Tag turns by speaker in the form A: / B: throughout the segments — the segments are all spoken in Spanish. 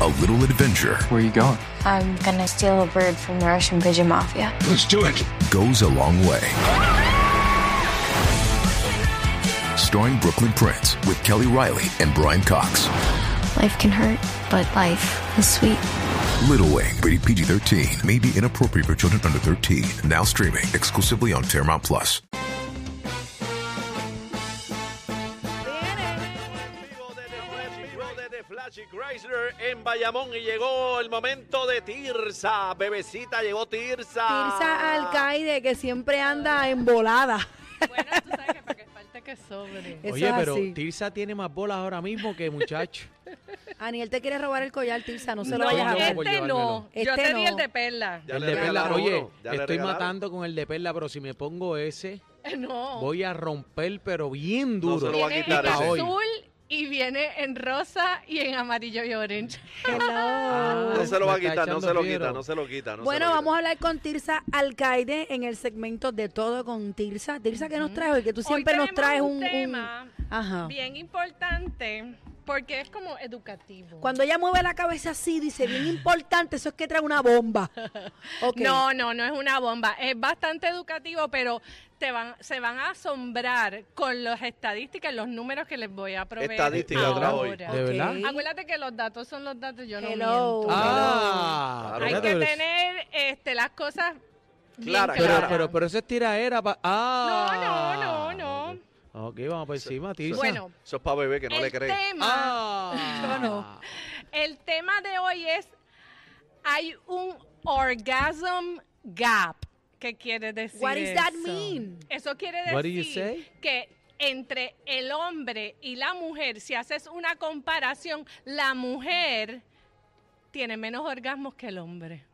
A: A little adventure
B: Where are you going?
C: I'm gonna steal a bird from the Russian pigeon mafia.
D: Let's do it.
A: goes a long way. Starring Brooklyn Prince with Kelly Riley and Brian Cox.
E: Life can hurt, but life is sweet.
A: Little Wing, rated PG 13, may be inappropriate for children under 13. Now streaming exclusively on Paramount Plus.
F: Vivo desde Flash, vivo desde Flashy Chrysler en Bayamón y llegó el momento de Tirsa. Bebecita, llegó Tirsa. Ah.
G: Tirsa Alcaide, que siempre anda en volada.
H: Bueno, tú sabes que para que falte que sobre.
G: Eso
I: Oye,
G: es
I: pero
G: así.
I: Tirsa tiene más bolas ahora mismo que muchacho.
G: Aniel te quiere robar el collar, Tirsa, no se lo
H: No,
G: vayas a
I: yo
G: dar.
I: voy
H: este no.
G: Este
H: Yo te di
G: no.
H: el de perla.
F: Ya
I: el
F: le
I: de perla,
F: regalaron
I: oye,
F: uno, ya le
I: estoy
F: regalaron.
I: matando con el de perla, pero si me pongo ese,
H: No.
I: voy a romper, pero bien
F: No se
I: duro.
F: lo va a
H: Viene en
F: quitar ese.
I: hoy.
H: azul y viene en rosa y en amarillo y orange.
I: Ah,
G: Hello.
F: No se lo va a
I: Me está
F: quitar, no
I: echando
F: se lo
I: fiero.
F: quita, no se lo quita. no se
G: Bueno,
F: lo quita.
G: vamos a hablar con Tirsa Alcaide en el segmento de Todo con Tirsa. Tirsa, ¿qué nos traes hoy? Que tú siempre
H: Hoy
G: nos
H: tenemos
G: traes un...
H: un
G: un-
H: tema
G: Ajá.
H: bien importante porque es como educativo.
G: Cuando ella mueve la cabeza así, dice, bien importante, eso es que trae una bomba. Ok.
H: No, no, no es una bomba. Es bastante educativo, pero te van, se van a asombrar con las estadísticas, los números que les voy a proveer.
F: Estadística
H: ahora.
F: otra hoy.
I: ¿De verdad?
G: Ok.
H: Acuérdate que los datos son los datos, yo
G: Hello.
H: no miento.
I: Ah,
F: Claro.
H: Hay
I: espérate,
H: que
I: pero-
H: tener este, las cosas bien
F: Clara,
I: pero,
F: clara.
H: claras.
I: pero, pero eso es tiraera. pa-
H: No,
I: Ah,
H: no, no, no.
I: Ok, vamos por encima, Tirsa.
H: Bueno,
F: Eso es para bebé que no
H: el
F: le cree.
H: tema,
I: Ah,
G: Yo no.
H: el tema de hoy es hay un orgasm gap. ¿Qué quiere decir
G: What does that
H: eso?
G: mean?
H: Eso quiere
I: What do you
H: decir
I: say?
H: que entre el hombre y la mujer, si haces una comparación, la mujer tiene menos orgasmos que el hombre.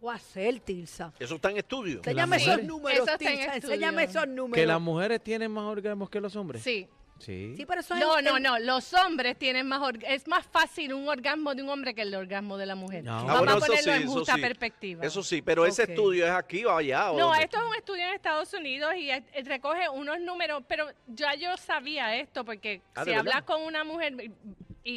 G: O hacer, Tirsa.
F: Eso está en estudio.
H: Este,
I: Que
G: Enséñame
I: las
G: esos
I: mujeres-
G: números,
H: Eso está en
G: Tirsa,
H: estudio.
G: enséñame esos números.
I: Que las mujeres tienen más orgasmos que los hombres.
H: Sí.
I: Sí.
G: Sí, pero eso es-
H: No, no,
G: el-
H: no. Los hombres tienen más org- es más fácil un orgasmo de un hombre que el orgasmo de la mujer.
I: No. Ah,
H: Vamos
F: bueno,
H: a ponerlo en
F: eso
H: justa
F: sí.
H: perspectiva.
F: Eso sí, pero ese
G: Ok.
F: estudio es aquí o allá. ¿o
H: No,
F: dónde?
H: esto es un estudio en Estados Unidos y eh, recoge unos números, pero ya yo sabía esto porque
F: Ah,
H: si
F: ¿de verdad?
H: hablas con una mujer y-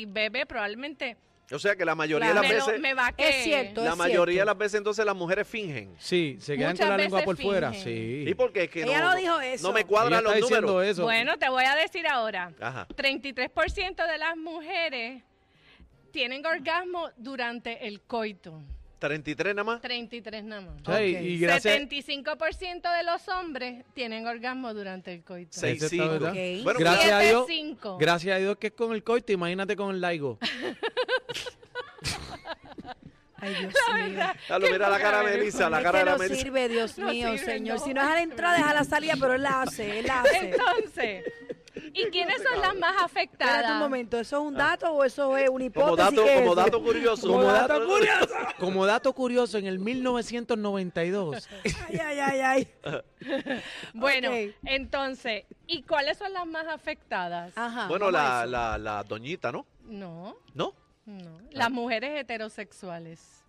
H: y bebé probablemente
F: O sea que la mayoría de
G: Claro.
F: las
H: me, lo-
F: veces,
H: me va a
G: Es
H: que-
G: cierto.
F: la
G: es
F: mayoría de
G: cierto.
F: las veces entonces las mujeres fingen.
I: Sí, se quedan
H: Muchas
I: con la lengua
H: veces
I: por fuera.
H: fingen.
I: Sí.
F: ¿Y por qué? Es que
G: Ella
F: no,
G: no dijo eso.
F: No me
I: Ella
F: cuadran
I: está
F: los
I: diciendo
F: números.
I: eso.
H: Bueno, te voy a decir ahora.
F: Ajá.
H: 33% de las mujeres tienen orgasmo durante el coito.
F: 33 nada más.
H: 33 nada más.
I: Sí, y-
G: Ok.
I: y gracias.
H: 75% de los hombres tienen orgasmo durante el coito.
F: Seis,
I: Eso está
F: cinco.
I: verdad.
G: Ok.
F: Bueno,
I: Gracias a Dios.
H: 7-5.
I: Gracias a Dios que es con el coito, imagínate con el laigo.
G: Ay, Dios mío.
F: Dale, mira la cara de Melissa, la
G: Es
F: cara
G: que
F: de la
G: no
F: Melissa.
G: sirve, Dios
H: No
G: mío,
H: sirve,
G: señor.
H: no.
G: Si no es a la entrada, es a la salida, pero él la hace, él la hace.
H: Entonces, ¿y quiénes son las más
G: Espérate un
H: afectadas?
G: momento, ¿eso es un dato o eso es una hipótesis?
F: Ah. Como dato,
G: que
F: como
G: es?
F: dato curioso.
I: Como dato curioso. Como dato curioso, en el 1992,
G: Ay, ay, ay, ay.
H: Bueno,
G: Ok.
H: entonces, ¿y cuáles son las más afectadas?
G: Ajá.
F: Bueno,
G: vamos a
F: la,
G: eso.
F: la, la doñita, ¿no?
H: No,
F: ¿No?
H: no. Las mujeres heterosexuales.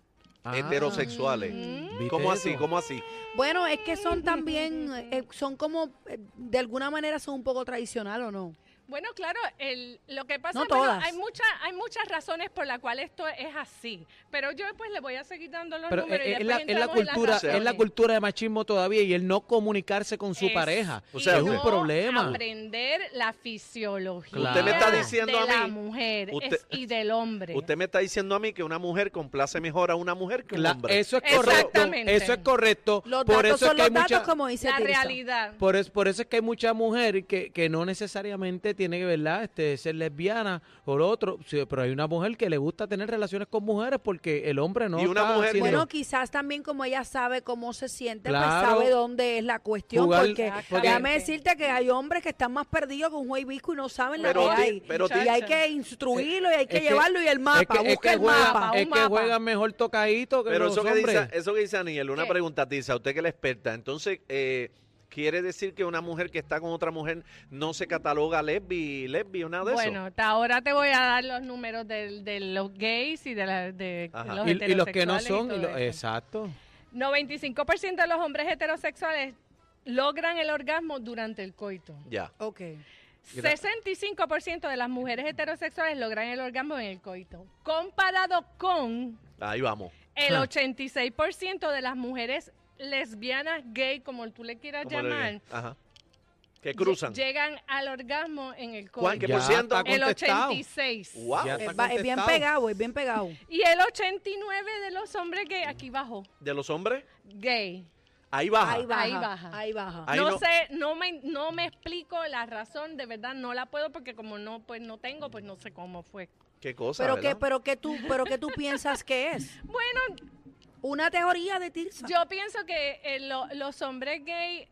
I: Ah.
F: Heterosexuales.
I: ¿Viste
F: ¿Cómo así?
I: eso?
F: ¿Cómo así?
G: Bueno, es que son también, eh, son como, eh, de alguna manera son un poco tradicional o no.
H: Bueno, claro, el, lo que pasa
G: No
H: es bueno,
G: todas.
H: hay muchas hay muchas razones por las cuales esto es así, pero yo después le voy a seguir dando los
I: Pero
H: números y
I: es, es
H: después
I: la, es la
H: entramos en las
I: cultura, es la
H: razones.
I: cultura de machismo todavía y el no comunicarse con su
H: Es-
I: pareja.
F: O sea,
H: y
I: es un
H: no
I: problema.
H: Aprender la fisiología
I: Usted me está
H: de
F: diciendo a
H: la
F: mí-
H: mujer es-
F: Usted-
H: y del hombre.
F: Usted me está diciendo a mí que una mujer complace mejor a una mujer que un
I: La-
F: hombre.
I: eso es correcto.
H: Exactamente.
I: Eso es correcto.
G: Los
I: por
G: datos
I: eso es
G: son
I: que hay
G: los
I: mucha,
G: datos, como dice
H: la
G: Tirsa.
H: realidad.
I: por, es- por eso es que hay mucha mujer que, que no necesariamente madre tiene que, ¿verdad? Este, ser lesbiana o lo otro. Sí, pero hay una mujer que le gusta tener relaciones con mujeres porque el hombre no
F: Y una
I: está
F: mujer-
I: haciendo-
G: Bueno, quizás también como ella sabe cómo se siente,
I: Claro.
G: pues sabe dónde es la cuestión.
I: Jugar-
G: porque
I: porque-
G: déjame decirte que hay hombres que están más perdidos que un juez y no saben
F: Pero
G: la
F: ti-
G: que hay.
F: pero ti-
G: y hay que instruirlo y hay que,
I: Es
G: llevarlo y el mapa,
I: es que-
G: busca
I: es que
G: el
I: juega-
G: mapa.
I: Es
H: un
I: que
H: mapa.
I: juegan mejor tocadito que
F: Pero
I: los
F: eso que,
I: hombres.
F: dice, eh, eso que dice Aniel, una
H: ¿Qué?
F: pregunta, Tisa, usted que es la experta. Entonces, eh, ¿quiere decir que una mujer que está con otra mujer no se cataloga lesbi, lesbi o nada de eso?
H: Bueno, ta- ahora te voy a dar los números del- de, los gays y de, la- de
F: Ajá.
H: los
I: y, y los que no
H: heterosexuales y
I: son, y
H: todo
I: lo-
H: eso.
I: exacto.
H: 95% de los hombres heterosexuales logran el orgasmo durante el coito.
F: Ya.
G: Ok.
H: 65% de las mujeres heterosexuales logran el orgasmo en el coito, comparado con
F: Ahí vamos.
H: el
I: Ah.
H: 86% de las mujeres lesbianas, gay, como tú le quieras
F: ¿Cómo le-
H: llamar,
F: Ajá. Que cruzan.
H: lle- llegan al orgasmo en el
F: ¿Cuál? ¿Qué
H: coito.
I: Ya
F: por ciento?
I: está
H: El
I: contestado.
H: 86.
F: Wow.
I: Ya.
G: Es,
I: está
G: va- es bien
I: contestado.
G: pegado, es bien pegado.
H: Y el 89 de los hombres gay, aquí bajó,
F: ¿De los hombres?
H: gay.
F: Ahí baja.
G: Ahí baja.
H: Ahí baja.
G: Ahí baja.
F: Ahí
H: no,
F: no-
H: sé, no me, no me explico la razón, de verdad no la puedo porque como no, pues no tengo, pues no sé cómo fue.
F: Qué cosa,
G: Pero que,
F: ¿verdad?
G: pero que tú, pero que tú piensas que es.
H: Bueno,
G: Una teoría de Tirsa.
H: yo pienso que eh, lo- los hombres gay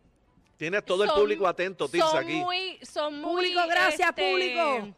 F: Tienes todo el
H: son-
F: público atento, Tisa,
H: son
F: aquí.
H: Muy, son muy, este,
G: Público, gracias, público.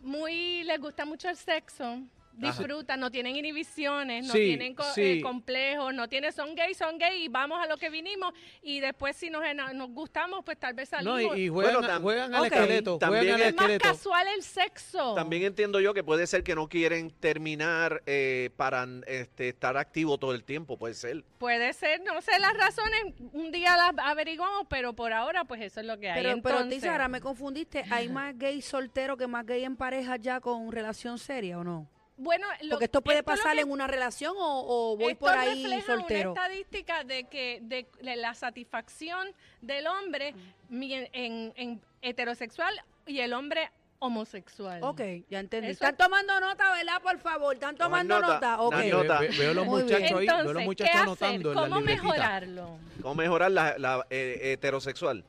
H: Muy les gusta mucho el sexo. Disfrutan, no tienen inhibiciones, no
I: Sí,
H: tienen co-
I: sí.
H: eh, complejos, no tienen, son gay, son gay y vamos a lo que vinimos y después si nos, ena- nos gustamos, pues tal vez
I: No,
H: salimos.
I: y, y juegan,
F: Bueno, tam-
I: juegan al
G: ok.
I: esqueleto.
F: También
I: juegan al
H: es más
I: esqueleto.
H: casual el sexo.
F: También entiendo yo que puede ser que no quieren terminar eh, para este, estar activo todo el tiempo, puede ser.
H: Puede ser, no sé las razones, un día las averiguamos, pero por ahora pues eso es lo que hay.
G: Pero, pero
H: Entonces,
G: Tirsa, ahora me confundiste. ¿Hay más gay soltero que más gay en pareja ya con relación seria o no?
H: bueno, lo-
G: Porque esto puede
H: lo
G: pasar
H: que-
G: en una relación o, o voy
H: esto
G: por ahí
H: refleja
G: soltero.
H: una estadística de que de, de la satisfacción del hombre
G: Mm.
H: mi- en, en heterosexual y el hombre homosexual.
G: Ok, ya entendí.
H: Eso-
G: Están tomando nota, ¿verdad? Por favor, están
F: Toman
G: tomando
F: nota,
G: nota. Oh,
I: Oye,
F: Daniel.
G: Ok.
I: ve-
F: nota.
I: ve- veo los
G: Muy bien.
I: muchachos ahí, veo los
H: Entonces, ¿qué
I: muchachos
H: hacer?
I: anotando en la
H: ¿Cómo
I: libretita.
H: mejorarlo?
F: ¿Cómo mejorar la, la, eh, heterosexual?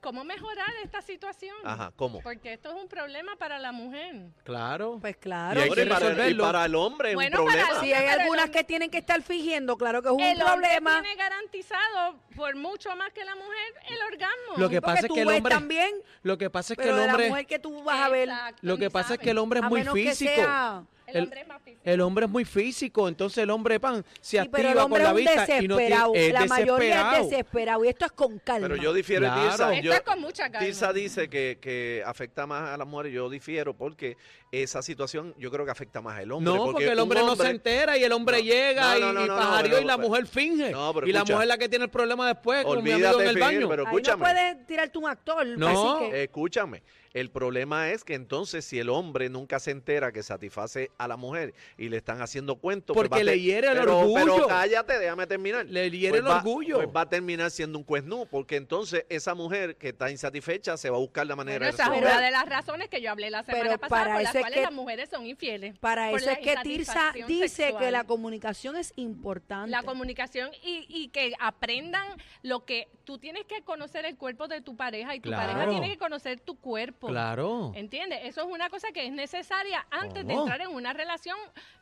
H: ¿Cómo mejorar esta situación?
F: Ajá, ¿cómo?
H: Porque esto es un problema para la mujer.
I: Claro.
G: Pues claro.
I: hay que
F: Hombre, para- y
I: resolverlo.
F: para el hombre es
H: Bueno,
F: un
H: para-
F: problema.
G: Si hay
H: Pero el
G: algunas
H: hombre-
G: que tienen que estar fingiendo, claro que es un
H: el
G: problema.
H: hombre tiene garantizado por mucho más que la mujer el orgasmo.
I: Lo
G: Porque
I: que pasa es
G: tú
I: que el
G: ves
I: hombre.
G: también,
I: Lo que pasa es que
G: pero
I: el
G: de la
I: hombre.
G: mujer que tú vas a ver,
H: Exacto,
I: Lo que
H: ni
I: pasa es
H: saben.
I: que el hombre es
G: a
I: muy
G: menos que
I: físico.
G: sea...
H: El hombre es más físico.
I: el hombre es muy físico, entonces el hombre pan se
G: Sí, pero
I: activa
G: el hombre
I: con la
G: es un
I: vista y no tiene-
G: desesperado.
I: es
G: la mayoría es
I: desesperado.
G: desesperado. Y esto es con calma.
F: Pero yo difiero
I: Claro.
F: de Tirsa.
H: Esto
F: Yo-
H: es con mucha calma.
F: Tirsa dice que, que afecta más a las mujeres. Yo difiero porque esa situación yo creo que afecta más al hombre.
I: No, porque, el
F: un
I: hombre, no se entera y el hombre
F: No.
I: llega
F: No, no,
I: y-
F: no,
I: y
F: no,
I: pajareó
F: pero-
I: y la
F: pero-
I: mujer finge.
F: No, pero
I: y la
F: escucha.
I: mujer es la que tiene el problema después con mi amigo
F: Olvídate,
I: en el
F: Fidel,
I: baño.
F: pero
G: Ahí no
F: escúchame.
G: puedes tirarte un actor.
I: No. eh,
G: así que-
F: Escúchame, el problema es que entonces si el hombre nunca se entera que satisface a la mujer y le están haciendo cuentos, pues
I: Porque le hiere el
F: pero- Pero
I: orgullo.
F: cállate, déjame terminar.
I: Le hiere el
F: va-
I: orgullo.
F: pues va a terminar siendo un cuesnú, porque entonces esa mujer que está insatisfecha se va a buscar la manera
H: Bueno, esa es
F: de
H: una
F: resolver.
H: de las razones que yo hablé la
G: Pero
H: semana pasada
G: para
H: por las
G: eso es
H: cuales
G: que-
H: las mujeres son infieles.
G: Para
H: por
G: eso
H: la
G: es que Tirsa
H: insatisfacción
G: dice que
H: sexual.
G: la comunicación es importante.
H: La comunicación y, y que aprendan lo que tú tienes que conocer el cuerpo de tu pareja y tu
I: Claro.
H: pareja tiene que conocer tu cuerpo.
I: Claro.
H: ¿Entiendes? Eso es una cosa que es necesaria antes de
I: ¿Cómo?
H: entrar en una relación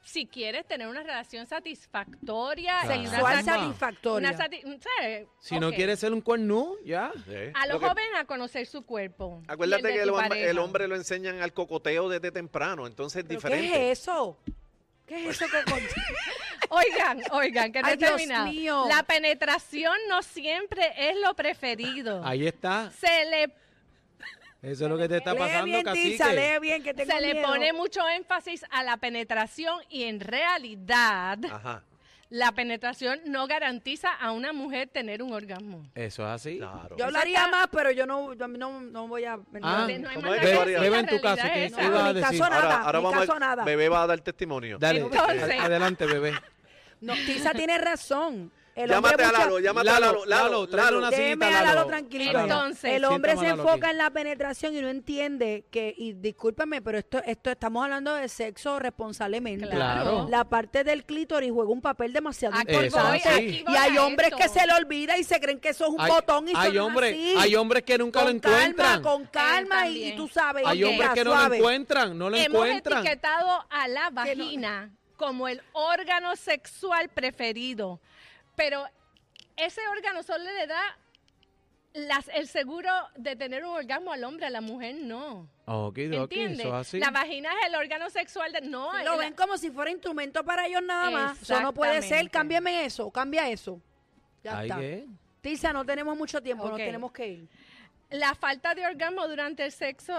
H: si quieres tener una relación satisfactoria. y una
G: Sexual
I: Claro.
H: sati-
G: satisfactoria.
H: una sati- ¿sabes?
I: Si no
H: Ok.
I: quiere ser un cuernú, ya.
F: Sí.
H: A los
F: Lo que-
H: jóvenes a conocer su cuerpo. y el
F: Acuérdate
H: de
F: que el,
H: tu
F: hom-
H: pareja.
F: el hombre lo enseñan al cocoteo desde temprano, entonces es
G: ¿Pero
F: diferente.
G: ¿Qué es eso? ¿Qué es eso que con-
H: Oigan, oigan, que no
G: Ay,
H: he
G: Dios
H: terminado.
G: mío.
H: La penetración no siempre es lo preferido.
I: Ahí está.
H: Se le,
I: Eso es lo que te está
G: Lee
I: pasando,
G: bien,
I: cacique.
G: Tirsa, lee bien, que tengo
H: se le
G: miedo.
H: pone mucho énfasis a la penetración y en realidad
F: Ajá,
H: la penetración no garantiza a una mujer tener un orgasmo.
I: Eso es así.
F: claro.
G: Yo hablaría más, pero yo no, yo no, no voy a...
I: Ah,
H: No hay
F: ¿Cómo
H: más nada
F: es?
H: que
F: Ve-
H: decir,
F: ve
H: la
I: en tu
H: realidad
I: casa, que
H: es
G: no,
I: iba
H: esa.
I: a
G: ni
I: decir.
G: caso nada,
F: Ahora, ahora
G: ni
F: vamos,
G: caso nada.
F: Bebé va a dar testimonio.
I: Dale. eh,
H: Entonces-
I: Ad- Adelante, bebé.
G: No, Tirsa tiene razón. El
F: Llámate
G: hombre
F: a
G: busca-
F: Lalo, llámate a Lalo.
I: Lalo,
F: Lalo,
I: Lalo, tráeme
F: Lalo.
I: una
F: Sí,
G: Déjeme
I: Cita,
G: a Lalo
I: Lalo.
G: tranquilito.
H: Entonces,
G: el hombre se
I: Siéntame, Lalo,
G: enfoca
I: aquí.
G: en la penetración y no entiende que, y discúlpame, pero esto, esto estamos hablando de sexo responsablemente.
I: Claro.
G: La parte del clítoris juega un papel demasiado
H: Aquí
I: voy,
G: importante.
I: aquí
H: voy
G: y hay
H: a
G: hombres
H: esto.
G: que se le olvida y se creen que eso es un
I: Hay-
G: botón y
I: hay
G: son
I: hombres-
G: así.
I: hay hombres que nunca lo
G: Con calma,
I: encuentran.
G: Con calma y, y tú sabes.
I: Hay
G: mira,
I: hombres que no lo
G: suave.
I: encuentran, no lo
H: Hemos
I: encuentran.
H: etiquetado a la
G: Que no-
H: vagina como el órgano sexual preferido, pero ese órgano solo le da las, el seguro de tener un orgasmo al hombre, a la mujer no.
I: Okidoki, eso
H: ¿Entiendes?
I: es así.
H: La vagina es el órgano sexual de... No,
G: Lo
H: el-
G: ven como si fuera instrumento para ellos nada más. Eso no puede ser.
H: Exactamente.
G: Cámbiame eso, cambia eso. Ya
I: Ahí
G: está.
I: que-
G: Tisa, no tenemos mucho tiempo,
H: Ok.
G: nos tenemos que ir.
H: la falta de orgasmo durante el sexo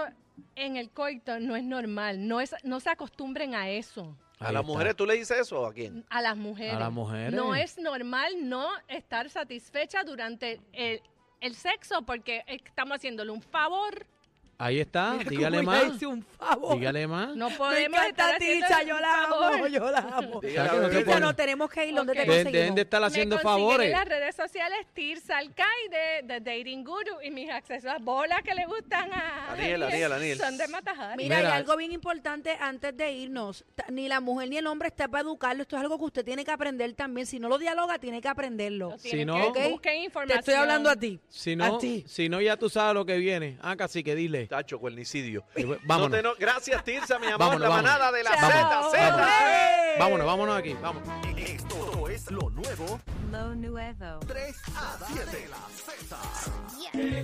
H: en el coito no es normal, no, es, no se acostumbren a eso.
F: ¿A
I: Ahí
F: las
I: está.
F: mujeres tú le dices eso o a quién?
H: A las mujeres.
I: A las mujeres.
H: No es normal no estar satisfecha durante el, el sexo porque estamos haciéndole un favor.
I: Ahí está,
G: Mira
I: dígale
G: cómo
I: más.
G: ella hizo un favor.
I: Dígale más.
H: No
G: Me
H: podemos estar
G: encanta
H: haciéndole
G: Tisa,
H: un
G: yo la amo,
H: favor.
G: yo la amo.
I: O sea, que no se
G: Tisa,
I: puede-
G: no tenemos que ir, ¿dónde
H: Ok.
G: te
I: de- Deben
G: conseguimos?
I: de estar haciendo
H: Me consiguen en
I: favores.
H: las redes sociales Tirsa Alcaide de Dating Guru y mis accesos a bolas que le gustan a
F: Aniel, Aniel, Aniel.
H: Son de Matajari.
G: Mira, hay
I: Mira.
G: algo bien importante antes de irnos. Ta- Ni la mujer ni el hombre está para educarlo. Esto es algo que usted tiene que aprender también. Si no lo dialoga, tiene que aprenderlo.
H: Lo tienen
I: si no-
H: que-
I: Ok.
H: busquen
G: Te
H: información.
G: estoy hablando a ti.
I: Si
G: A
I: no,
G: ti.
I: si no, ya tú sabes lo que viene. Ah, casi que dile.
F: Tacho, cuernicidio.
I: Eh, bueno,
F: No
I: Vámonos.
F: te no- Gracias, Tirsa, mi amor.
I: Vámonos,
F: la
I: vámonos.
F: manada de la
H: Chao.
F: Z, Z.
G: Eh.
I: Vámonos, vámonos aquí. Vamos.
B: Esto es lo nuevo. Lo nuevo. 3 a 7. La Z.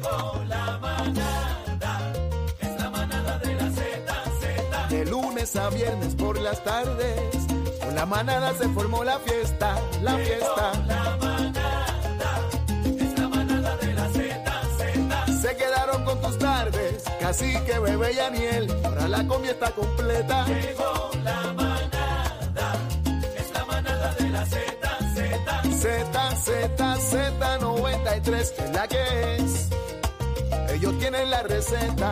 J: De lunes a viernes por las tardes, con la manada se formó la fiesta, la fiesta. La manada, es la manada de la Z, Se quedaron con tus tardes, cacique, bebé y Aniel, ahora la comida está completa. Llegó la manada, es la manada de la Z, Z. Z, Z, Z93, es la que es. Ellos tienen la receta.